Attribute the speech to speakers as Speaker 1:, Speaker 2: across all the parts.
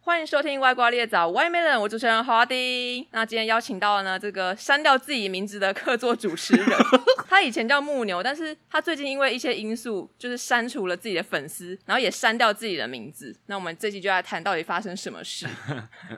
Speaker 1: 欢迎收听《外挂猎枣》外面人，我主持人华丁。那今天邀请到了呢这个删掉自己名字的客座主持人，他以前叫木牛，但是他最近因为一些因素，就是删除了自己的粉丝，然后也删掉自己的名字。那我们这期就来谈到底发生什么事。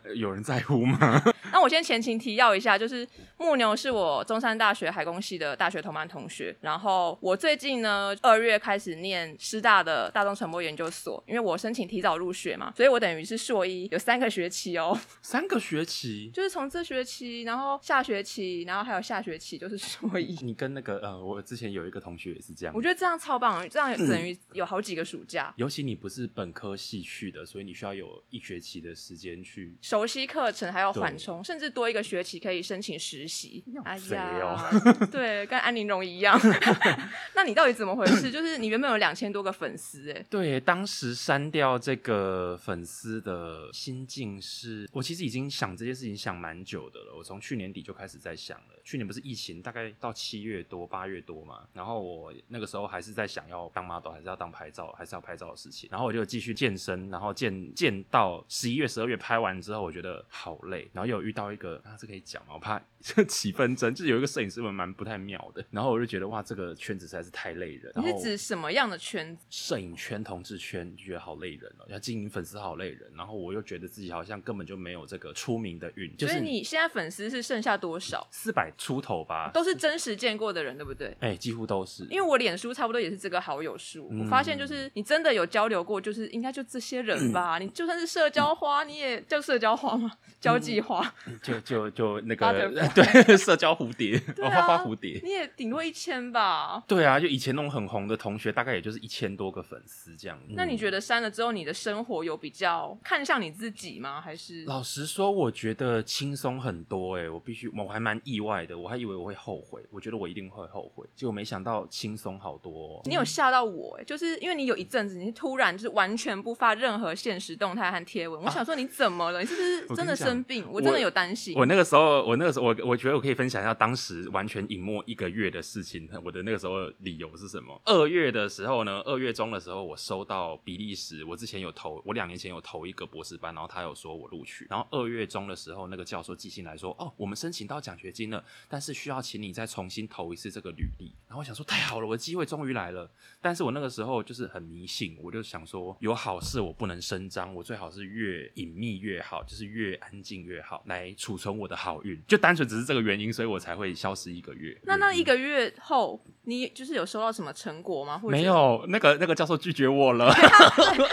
Speaker 2: 呃有人在乎吗？
Speaker 1: 那我先前情提要一下，就是木牛是我中山大学海工系的大学同班同学，然后我最近呢二月开始念师大的大众传播研究所，因为我申请提早入学嘛，所以我等于是硕一有三个学期哦，
Speaker 2: 三个学期，
Speaker 1: 就是从这学期，然后下学期，然后还有下学期就是硕一。
Speaker 2: 你跟那个呃，我之前有一个同学也是这样。
Speaker 1: 我觉得这样超棒，这样等
Speaker 2: 嗯
Speaker 1: 于有好几个暑假。
Speaker 2: 尤其你不是本科系去的，所以你需要有一学期的时间去。
Speaker 1: 熟悉课程，还有
Speaker 2: 对
Speaker 1: 缓冲，甚至多一个学期可以申请实习。哎
Speaker 2: 贼
Speaker 1: 呀
Speaker 2: 哦，
Speaker 1: 对，跟安陵容一样。 那你到底怎么回事？就是你原本有两千多个粉丝，哎，
Speaker 2: 对，当时删掉这个粉丝的心境是，我其实已经想这件事情想蛮久的了。我从去年底就开始在想了。去年不是疫情，大概到七月多、八月多嘛，然后我那个时候还是在想要当 model，还是要当拍照，还是要拍照的事情。然后我就继续健身，然后健健到十一月、十二月拍完之后，我觉得好累。然后又有遇到一个啊，这可以讲吗？我怕 这起纷争，就是有一个摄影师们蛮不太妙的。然后我就觉得哇，这个圈子实在是太累人。然
Speaker 1: 你
Speaker 2: 后
Speaker 1: 是指什么样的圈子？
Speaker 2: 摄影圈、同志圈，就觉得好累人哦，要经营粉丝好累人。然后我又觉得自己好像根本就没有这个出名的运，就
Speaker 1: 所以
Speaker 2: 是
Speaker 1: 你现在粉丝是剩下多少？
Speaker 2: 四百出头吧，
Speaker 1: 都是真实见过的人，对不对？
Speaker 2: 哎、几乎都是。
Speaker 1: 因为我脸书差不多也是这个好友数，
Speaker 2: 嗯
Speaker 1: 我发现就是你真的有交流过，就是应该就这些人吧。你就算是社交花，你也叫社交花吗？交际花，
Speaker 2: 就就就那个
Speaker 1: Butterfly
Speaker 2: 对 社交蝴蝶，
Speaker 1: 对
Speaker 2: 哦
Speaker 1: 啊
Speaker 2: 花花蝴蝶。
Speaker 1: 你也顶多一千吧。
Speaker 2: 对啊，就以前那种很红的同学，大概也就是一千多个粉丝这样。嗯
Speaker 1: 那你
Speaker 2: 得？
Speaker 1: 觉得删了之后，你的生活有比较看向你自己吗？还是
Speaker 2: 老实说，我觉得轻松很多哎、我必须，我还蛮意外的，我还以为我会后悔，我觉得我一定会后悔，结果没想到轻松好多、哦。
Speaker 1: 你有吓到我、欸？就是因为你有一阵子，你是突然就是完全不发任何现实动态和贴文，我想说你怎么了？你是不是
Speaker 2: 啊
Speaker 1: 真
Speaker 2: 我跟
Speaker 1: 的
Speaker 2: 你讲
Speaker 1: 生病？我真的有担心。
Speaker 2: 我那个时候，我那个时候，我我觉得我可以分享一下当时完全隐没一个月的事情。我的那个时候的理由是什么？二月的时候呢，二月中的时候，我收到比利时，我之前有投，我两年前有投一个博士班，然后他有说我录取，然后二月中的时候，那个教授寄信来说，哦，我们申请到奖学金了，但是需要请你再重新投一次这个履历。然后我想说，太好了，我的机会终于来了。但是我那个时候就是很迷信，我就想说，有好事我不能声张，我最好是越隐秘越好，就是越安静越好，来储存我的好运。就单纯只是这个原因，所以我才会消失一个月。
Speaker 1: 那那
Speaker 2: 嗯
Speaker 1: 一个月后，你就是有收到什么成果吗？或者
Speaker 2: 没，有，那个那个教授拒绝我 了，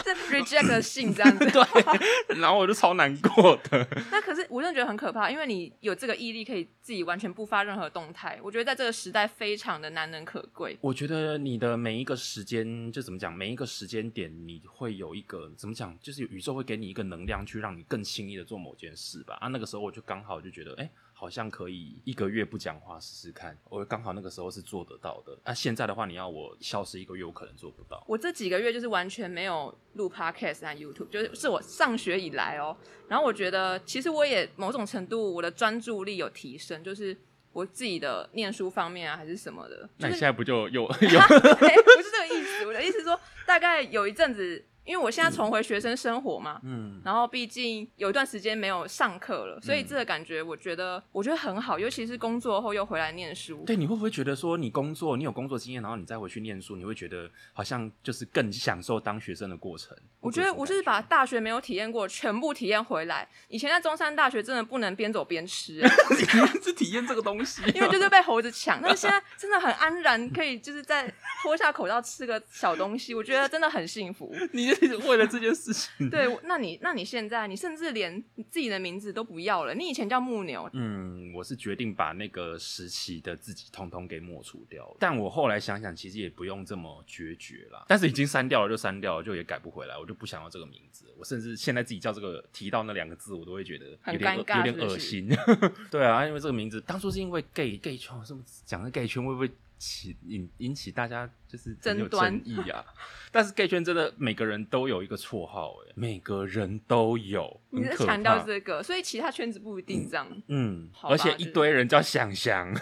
Speaker 1: 这 reject 的信这样子。对，
Speaker 2: 然后我就超难过的。
Speaker 1: 那可是我真的觉得很可怕，因为你有这个毅力，可以自己完全不发任何动态。我觉得在这个时代非常的难能可贵。
Speaker 2: 我觉得你的每一个时间，就怎么讲，每一个时间点，你会有一个怎么讲，就是宇宙会给你一个能量，去让你更轻易的做某件事吧。啊，那个时候我就刚好就觉得，哎、好像可以一个月不讲话试试看。我刚好那个时候是做得到的。那、现在的话，你要我消失一个月，我可能做不到。
Speaker 1: 我这几个月就是完全没有录 podcast 和 YouTube，就是是我上学以来哦。然后我觉得，其实我也某种程度我的专注力有提升，就是我自己的念书方面啊，还是什么的。
Speaker 2: 那
Speaker 1: 就
Speaker 2: 你现
Speaker 1: 是
Speaker 2: 在不就又
Speaker 1: 哎
Speaker 2: 又
Speaker 1: 不是这个意思，我的意思是说，大概有一阵子，因为我现在重回学生生活嘛，
Speaker 2: 嗯？
Speaker 1: 然后毕竟有一段时间没有上课了，所以这个感觉我觉得我觉得很好，尤其是工作后又回来念书。
Speaker 2: 对，你会不会觉得说，你工作，你有工作经验，然后你再回去念书，你会觉得好像就是更享受当学生的过程？
Speaker 1: 我觉得我就是把大学没有体验过全部体验回来。以前在中山大学真的不能边走边吃、欸
Speaker 2: 是体验这个东西、
Speaker 1: 因为就是被猴子抢。但是现在真的很安然，可以就是在脱下口罩吃个小东西，我觉得真的很幸福。
Speaker 2: 你就是为了这件事情。
Speaker 1: 对，我那你那你现在你甚至连你自己的名字都不要了，你以前叫木牛，
Speaker 2: 嗯，我是决定把那个时期的自己通通给抹除掉了，但我后来想想，其实也不用这么决绝啦。但是已经删掉了就删掉了，就也改不回来，我就不想要这个名字。我甚至现在自己叫这个提到那两个字，我都会觉得有点
Speaker 1: 很尴
Speaker 2: 恶
Speaker 1: 尬
Speaker 2: 有点
Speaker 1: 是不是
Speaker 2: 恶心。 对啊，因为这个名字当初是因为 gay gay 圈，我是不是讲的 gay 圈会不会起引引起大家就就是很
Speaker 1: 争
Speaker 2: 有
Speaker 1: 端
Speaker 2: 争议啊。 但是 gay 圈真的每个人都有一个绰号、欸，每个人都有，
Speaker 1: 你
Speaker 2: 很
Speaker 1: 在
Speaker 2: 可
Speaker 1: 强调
Speaker 2: 怕
Speaker 1: 这个，所以其他圈子不一定这样。
Speaker 2: 嗯，
Speaker 1: 好
Speaker 2: 而
Speaker 1: 吧
Speaker 2: 且
Speaker 1: 就
Speaker 2: 一
Speaker 1: 是
Speaker 2: 堆人叫想 翔，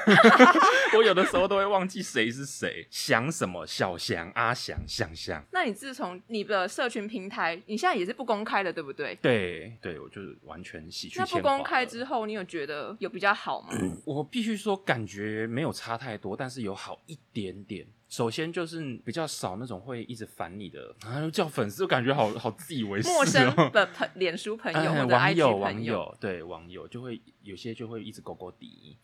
Speaker 2: 我有的时候都会忘记谁是谁，想什么小翔、阿翔、想翔。
Speaker 1: 那你自从你的社群平台，你现在也是不公开的，对不对？
Speaker 2: 对对，我就是完全洗去
Speaker 1: 那不
Speaker 2: 铅华
Speaker 1: 公开
Speaker 2: 了嗯
Speaker 1: 之后，你有觉得有比较好吗？
Speaker 2: 我必须说，感觉没有差太多，但是有好一点点。首先就是比较少那种会一直烦你的，然后叫粉丝，我感觉好好自以为是、哦。
Speaker 1: 陌生的朋脸书朋友
Speaker 2: 哎
Speaker 1: 或者
Speaker 2: 网
Speaker 1: IG
Speaker 2: 友
Speaker 1: 朋
Speaker 2: 网
Speaker 1: 友，
Speaker 2: 友对网友就会有些就会一直勾勾底，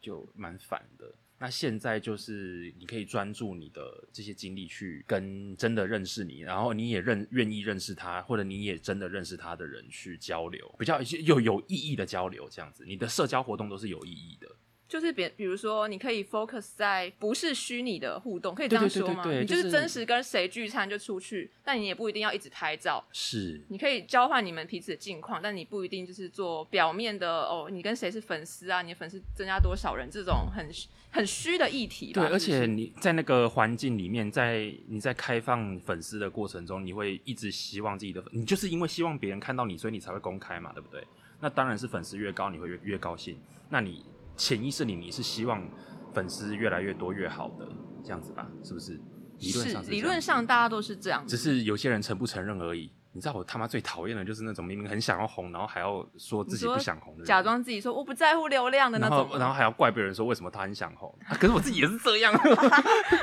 Speaker 2: 就蛮烦的。那现在就是你可以专注你的这些精力去跟真的认识你，然后你也认愿意认识他，或者你也真的认识他的人去交流，比较有有意义的交流，这样子，你的社交活动都是有意义的。
Speaker 1: 就是别比如说，你可以 focus 在不是虚拟的互动，可以这样
Speaker 2: 对对对
Speaker 1: 说吗？
Speaker 2: 对对
Speaker 1: 你就
Speaker 2: 就是是
Speaker 1: 真实跟谁聚餐就出去，但你也不一定要一直拍照。
Speaker 2: 是，
Speaker 1: 你可以交换你们彼此的近况，但你不一定就是做表面的哦，你跟谁是粉丝啊，你的粉丝增加多少人这种很很虚的议题吧。
Speaker 2: 对，而
Speaker 1: 是不是
Speaker 2: 且你在那个环境里面，在你在开放粉丝的过程中，你会一直希望自己的，你就是因为希望别人看到你，所以你才会公开嘛，对不对？那当然是粉丝越高，你会越越高兴。那你潜意识里你是希望粉丝越来越多越好的，这样子吧，是不是？理论上
Speaker 1: 是
Speaker 2: 是
Speaker 1: 理
Speaker 2: 这样
Speaker 1: 论上大家都是这样
Speaker 2: 只是有些人承不承认而已。你知道我他妈最讨厌的就是那种明明很想要红，然后还要说自己
Speaker 1: 你说
Speaker 2: 不想红的人，
Speaker 1: 假装自己说我不在乎流量的那
Speaker 2: 然
Speaker 1: 种
Speaker 2: 后然后还要怪别人说为什么他很想红、啊可是我自己也是这样。
Speaker 1: 诶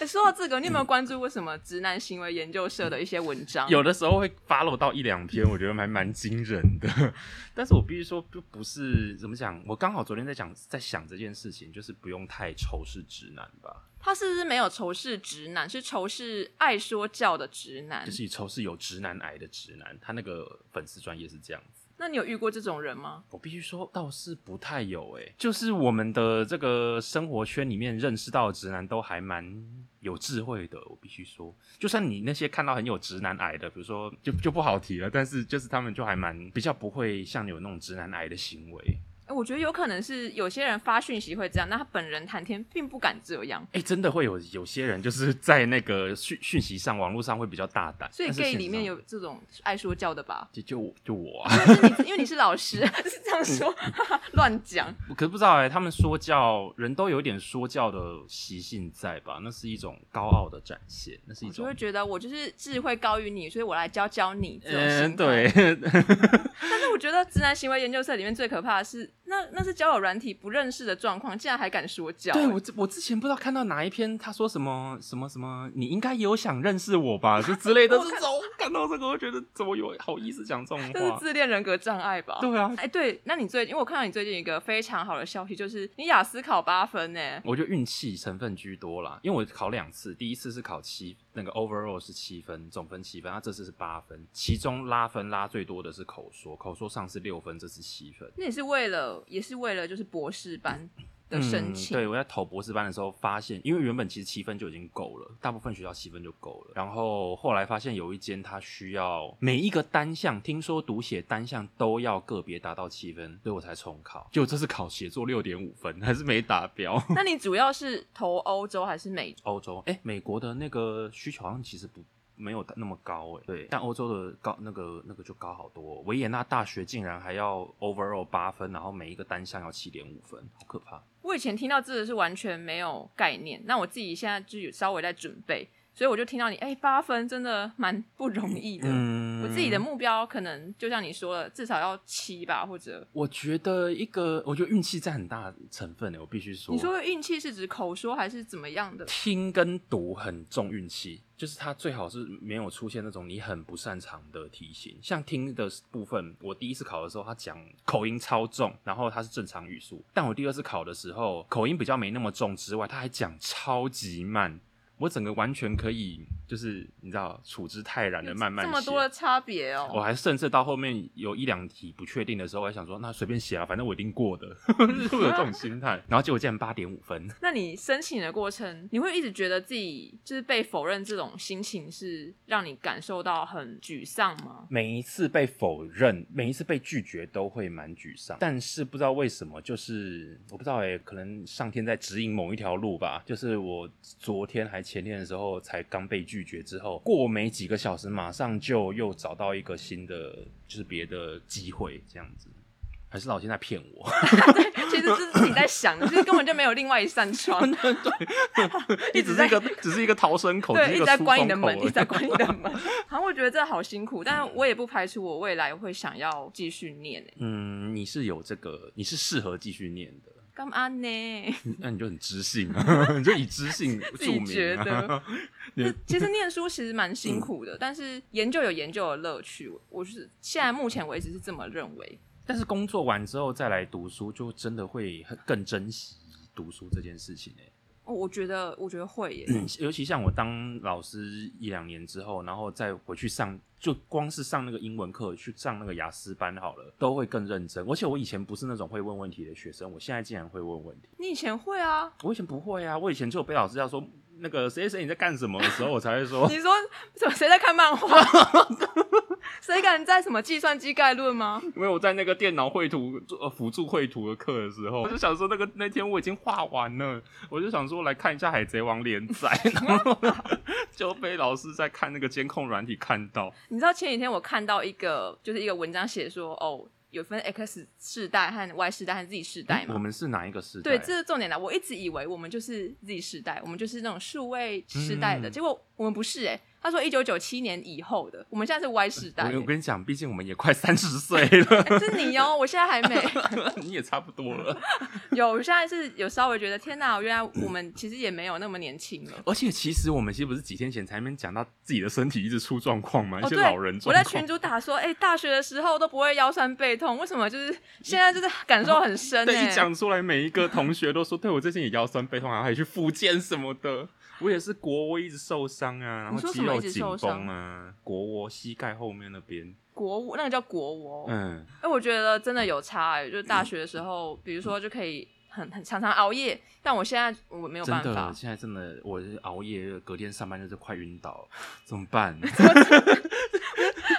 Speaker 1: 哎说到这个，你有没有关注过什么直男行为研究社的一些文章？
Speaker 2: 嗯有的时候会 follow 到一两篇，我觉得还蛮惊人的。 但是我必须说，不不是怎么讲，我刚好昨天在讲，在想这件事情，就是不用太仇视直男吧，
Speaker 1: 他是不是没有仇视直男，是仇视爱说教的直男？
Speaker 2: 就是仇视有直男癌的直男，他那个粉丝专业是这样子。
Speaker 1: 那你有遇过这种人吗？
Speaker 2: 我必须说，倒是不太有诶、就是我们的这个生活圈里面认识到的直男都还蛮有智慧的。我必须说，就算你那些看到很有直男癌的，比如说就就不好提了，但是就是他们就还蛮比较不会像你有那种直男癌的行为。
Speaker 1: 诶哎我觉得有可能是有些人发讯息会这样，那他本人谈天并不敢这样，
Speaker 2: 哎、真的会有有些人就是在那个讯讯息上、网络上会比较大胆，
Speaker 1: 所以
Speaker 2: 但是现
Speaker 1: gay
Speaker 2: 实啊
Speaker 1: 里面
Speaker 2: 上
Speaker 1: 有这种爱说教的吧？
Speaker 2: 就就我就我啊，
Speaker 1: 但是你因为你是老师， 是这样说，
Speaker 2: 嗯
Speaker 1: 乱讲。
Speaker 2: 我可是不知道哎、他们说教人都有点说教的习性在吧？那是一种高傲的展现，那是
Speaker 1: 我
Speaker 2: 一
Speaker 1: 哦就
Speaker 2: 种
Speaker 1: 会觉得我就是智慧高于你，所以我来教教你这种心
Speaker 2: 嗯
Speaker 1: 态
Speaker 2: 对，
Speaker 1: 但是我觉得直男行为研究社里面最可怕的是，那那是交友软体不认识的状况，竟然还敢说教、 欸
Speaker 2: 对我之我之前不知道看到哪一篇他说什么什么什么，你应该也有想认识我吧，就之类 的这种， 看到这个我觉得怎么有好意思讲这种
Speaker 1: 这是
Speaker 2: 话？
Speaker 1: 自恋人格障碍吧？
Speaker 2: 对啊，
Speaker 1: 哎，对，那你最因为我看到你最近有一个非常好的消息，就是你雅思考八分欸呢，
Speaker 2: 我觉得运气成分居多啦，因为我考两次，第一次是考七，那个 overall 是七分，总分七分，那这次是八分，其中拉分拉最多的是口说，口说上是六分，这次七分。
Speaker 1: 那也是为了也是为了就是博士班的申请，
Speaker 2: 嗯。对，我在投博士班的时候发现，因为原本其实七分就已经够了，大部分学校七分就够了。然后后来发现有一间它需要每一个单项，听说读写单项都要个别达到七分，所以我才重考。结果这次考写作六点五分，还是没达标。
Speaker 1: 那你主要是投欧洲还是美？
Speaker 2: 欧洲，哎、美国的那个需求好像其实不没有那么高、诶，哎，对，但欧洲的高那个那个就高好多、维也纳大学竟然还要 overall 八分，然后每一个单项要七点五分，好可怕。
Speaker 1: 我以前听到这个是完全没有概念，那我自己现在就有稍微在准备，所以我就听到你哎八分真的蛮不容易的。
Speaker 2: 嗯
Speaker 1: 我自己的，目标可能就像你说了，至少要七吧，或者
Speaker 2: 我觉得一个，我觉得运气占很大的成分的、我必须说。
Speaker 1: 你说运气是指口说还是怎么样的？
Speaker 2: 听跟读很重运气，就是它最好是没有出现那种你很不擅长的题型。像听的部分，我第一次考的时候，他讲口音超重，然后它是正常语速，但我第二次考的时候，口音比较没那么重之外，他还讲超级慢，我整个完全可以就是你知道处之泰然的慢慢
Speaker 1: 这么
Speaker 2: 写
Speaker 1: 多的差别哦，
Speaker 2: 我还甚至到后面有一两题不确定的时候，我还想说，那随便写啊，反正我一定过的， 就是会有这种心态。然后结果竟然八点五分，
Speaker 1: 那你申请的过程，你会一直觉得自己就是被否认这种心情是让你感受到很沮丧吗？
Speaker 2: 每一次被否认，每一次被拒绝都会蛮沮丧，但是不知道为什么，欸就是我不知道哎、可能上天在指引某一条路吧。就是我昨天还前天的时候才刚被拒绝，之后过没几个小时，马上就又找到一个新的，就是别的机会这样子。还是老天在骗 我，
Speaker 1: 其实是自己在想，就是根本就没有另外一扇 窗，
Speaker 2: 你只是一个只是一个逃生口，只
Speaker 1: 对，
Speaker 2: 是
Speaker 1: 一
Speaker 2: 一
Speaker 1: 直
Speaker 2: 个
Speaker 1: 在
Speaker 2: 出
Speaker 1: 关你
Speaker 2: 风
Speaker 1: 的
Speaker 2: 口欸
Speaker 1: 门，一
Speaker 2: 而
Speaker 1: 直在
Speaker 2: 已
Speaker 1: 关你的门。好像我觉得这好辛苦，但我也不排除我未来会想要继续念、欸。
Speaker 2: 嗯，你是有这个，你是适合继续念的，
Speaker 1: 干嘛呢？
Speaker 2: 那你就很知性啊， 你就以知性
Speaker 1: 自
Speaker 2: 著
Speaker 1: 己
Speaker 2: 名、啊。
Speaker 1: 觉得
Speaker 2: 你
Speaker 1: 其实念书其实蛮辛苦的，但是研究有研究的乐趣。我我是现在目前为止是这么认为。
Speaker 2: 但是工作完之后再来读书，就真的会很更珍惜读书这件事情、欸
Speaker 1: 哦我觉得，我觉得会耶。
Speaker 2: 尤其像我当老师一两年之后，然后再回去上，就光是上那个英文课，去上那个雅思班好了，都会更认真。而且我以前不是那种会问问题的学生，我现在竟然会问问题。
Speaker 1: 你以前会啊？
Speaker 2: 我以前不会啊，我以前就有被老师要说那个谁谁谁你在干什么的时候，我才会说
Speaker 1: 你说什么？谁在看漫画？ 谁敢在什么计算机概论吗？
Speaker 2: 因为我在那个电脑绘图呃辅助绘图的课的时候，我就想说那个那天我已经画完了，我就想说来看一下《海贼王》连 载，然后就被老师在看那个监控软体看到，
Speaker 1: 你知道前几天我看到一个，就是一个文章写说，哦，有分 X 世代和 Y 世代和 Z 世代嘛？
Speaker 2: 我们是哪一个时代？
Speaker 1: 对，这是重点啦。我一直以为我们就是 Z 世代，我们就是那种数位时代的，
Speaker 2: 嗯
Speaker 1: 结果我们不是哎、他说一九九七年以后的，我们现在是 Y 世代、
Speaker 2: 我我
Speaker 1: 欸。
Speaker 2: 跟你讲，毕竟我们也快 三十岁 了，
Speaker 1: 是你哦，我现在还没
Speaker 2: 你也差不多了。
Speaker 1: 有，我现在是有稍微觉得，天哪，原来我们其实也没有那么年轻了。
Speaker 2: 而且其实我们其实不是几天前才面讲到自己的身体一直出状况嘛，一
Speaker 1: 哦，
Speaker 2: 些
Speaker 1: 对
Speaker 2: 老人，
Speaker 1: 我
Speaker 2: 状
Speaker 1: 在
Speaker 2: 况
Speaker 1: 群。主打说，哎、大学的时候都不会腰酸背痛，为什么就是现在就是感受很深、欸？
Speaker 2: 对，一讲出来，每一个同学都说，对我最近也腰酸背痛，然后还去复健什么的。我也是国窝一直受伤啊，然
Speaker 1: 你说
Speaker 2: 后
Speaker 1: 什
Speaker 2: 肌
Speaker 1: 么
Speaker 2: 肉
Speaker 1: 一直
Speaker 2: 紧
Speaker 1: 受
Speaker 2: 绷啊，国窝膝盖后面那边，
Speaker 1: 国窝，那个叫国窝。
Speaker 2: 嗯，
Speaker 1: 哎、我觉得真的有差、欸，就是大学的时候，比如说就可以很很常常熬夜，但我现在我没有
Speaker 2: 真
Speaker 1: 办
Speaker 2: 的，
Speaker 1: 法，
Speaker 2: 现在真的，我熬夜，隔天上班就是快晕倒，怎么办？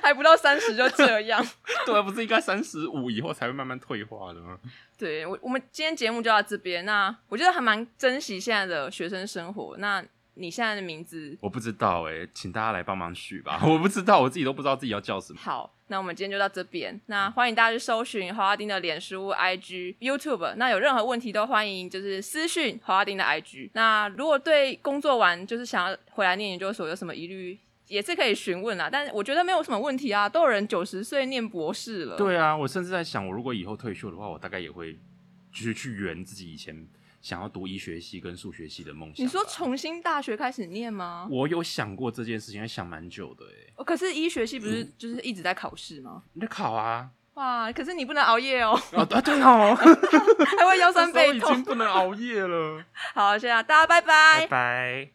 Speaker 1: 还不到三十就这样。
Speaker 2: 对，不是应该三十五以后才会慢慢退化的吗？
Speaker 1: 对我，我们今天节目就到这边。那我觉得还蛮珍惜现在的学生生活。那你现在的名字
Speaker 2: 我不知道哎、请大家来帮忙取吧， 我不知道，我自己都不知道自己要叫什么。
Speaker 1: 好，那我们今天就到这边。那欢迎大家去搜寻华华丁的脸书、IG、YouTube。那有任何问题都欢迎就是私讯华华丁的 IG。那如果对工作完就是想要回来念研究所有什么疑虑，也是可以询问啦。但我觉得没有什么问题啊，都有人九十岁念博士了。，
Speaker 2: 对啊，我甚至在想，我如果以后退休的话，我大概也会就是去圆自己以前想要读医学系跟数学系的梦想吧。
Speaker 1: 你说重新大学开始念吗？
Speaker 2: 我有想过这件事情，还想蛮久的哎。
Speaker 1: 哦可是医学系不是
Speaker 2: 嗯
Speaker 1: 就是一直在考试吗？
Speaker 2: 你在 考啊？
Speaker 1: 哇！可是你不能熬夜哦，
Speaker 2: 哦，对对 哦，
Speaker 1: 还会腰酸
Speaker 2: 那时候
Speaker 1: 背
Speaker 2: 已经
Speaker 1: 痛。
Speaker 2: 不能熬夜了。
Speaker 1: 好，现在大家拜
Speaker 2: 拜拜。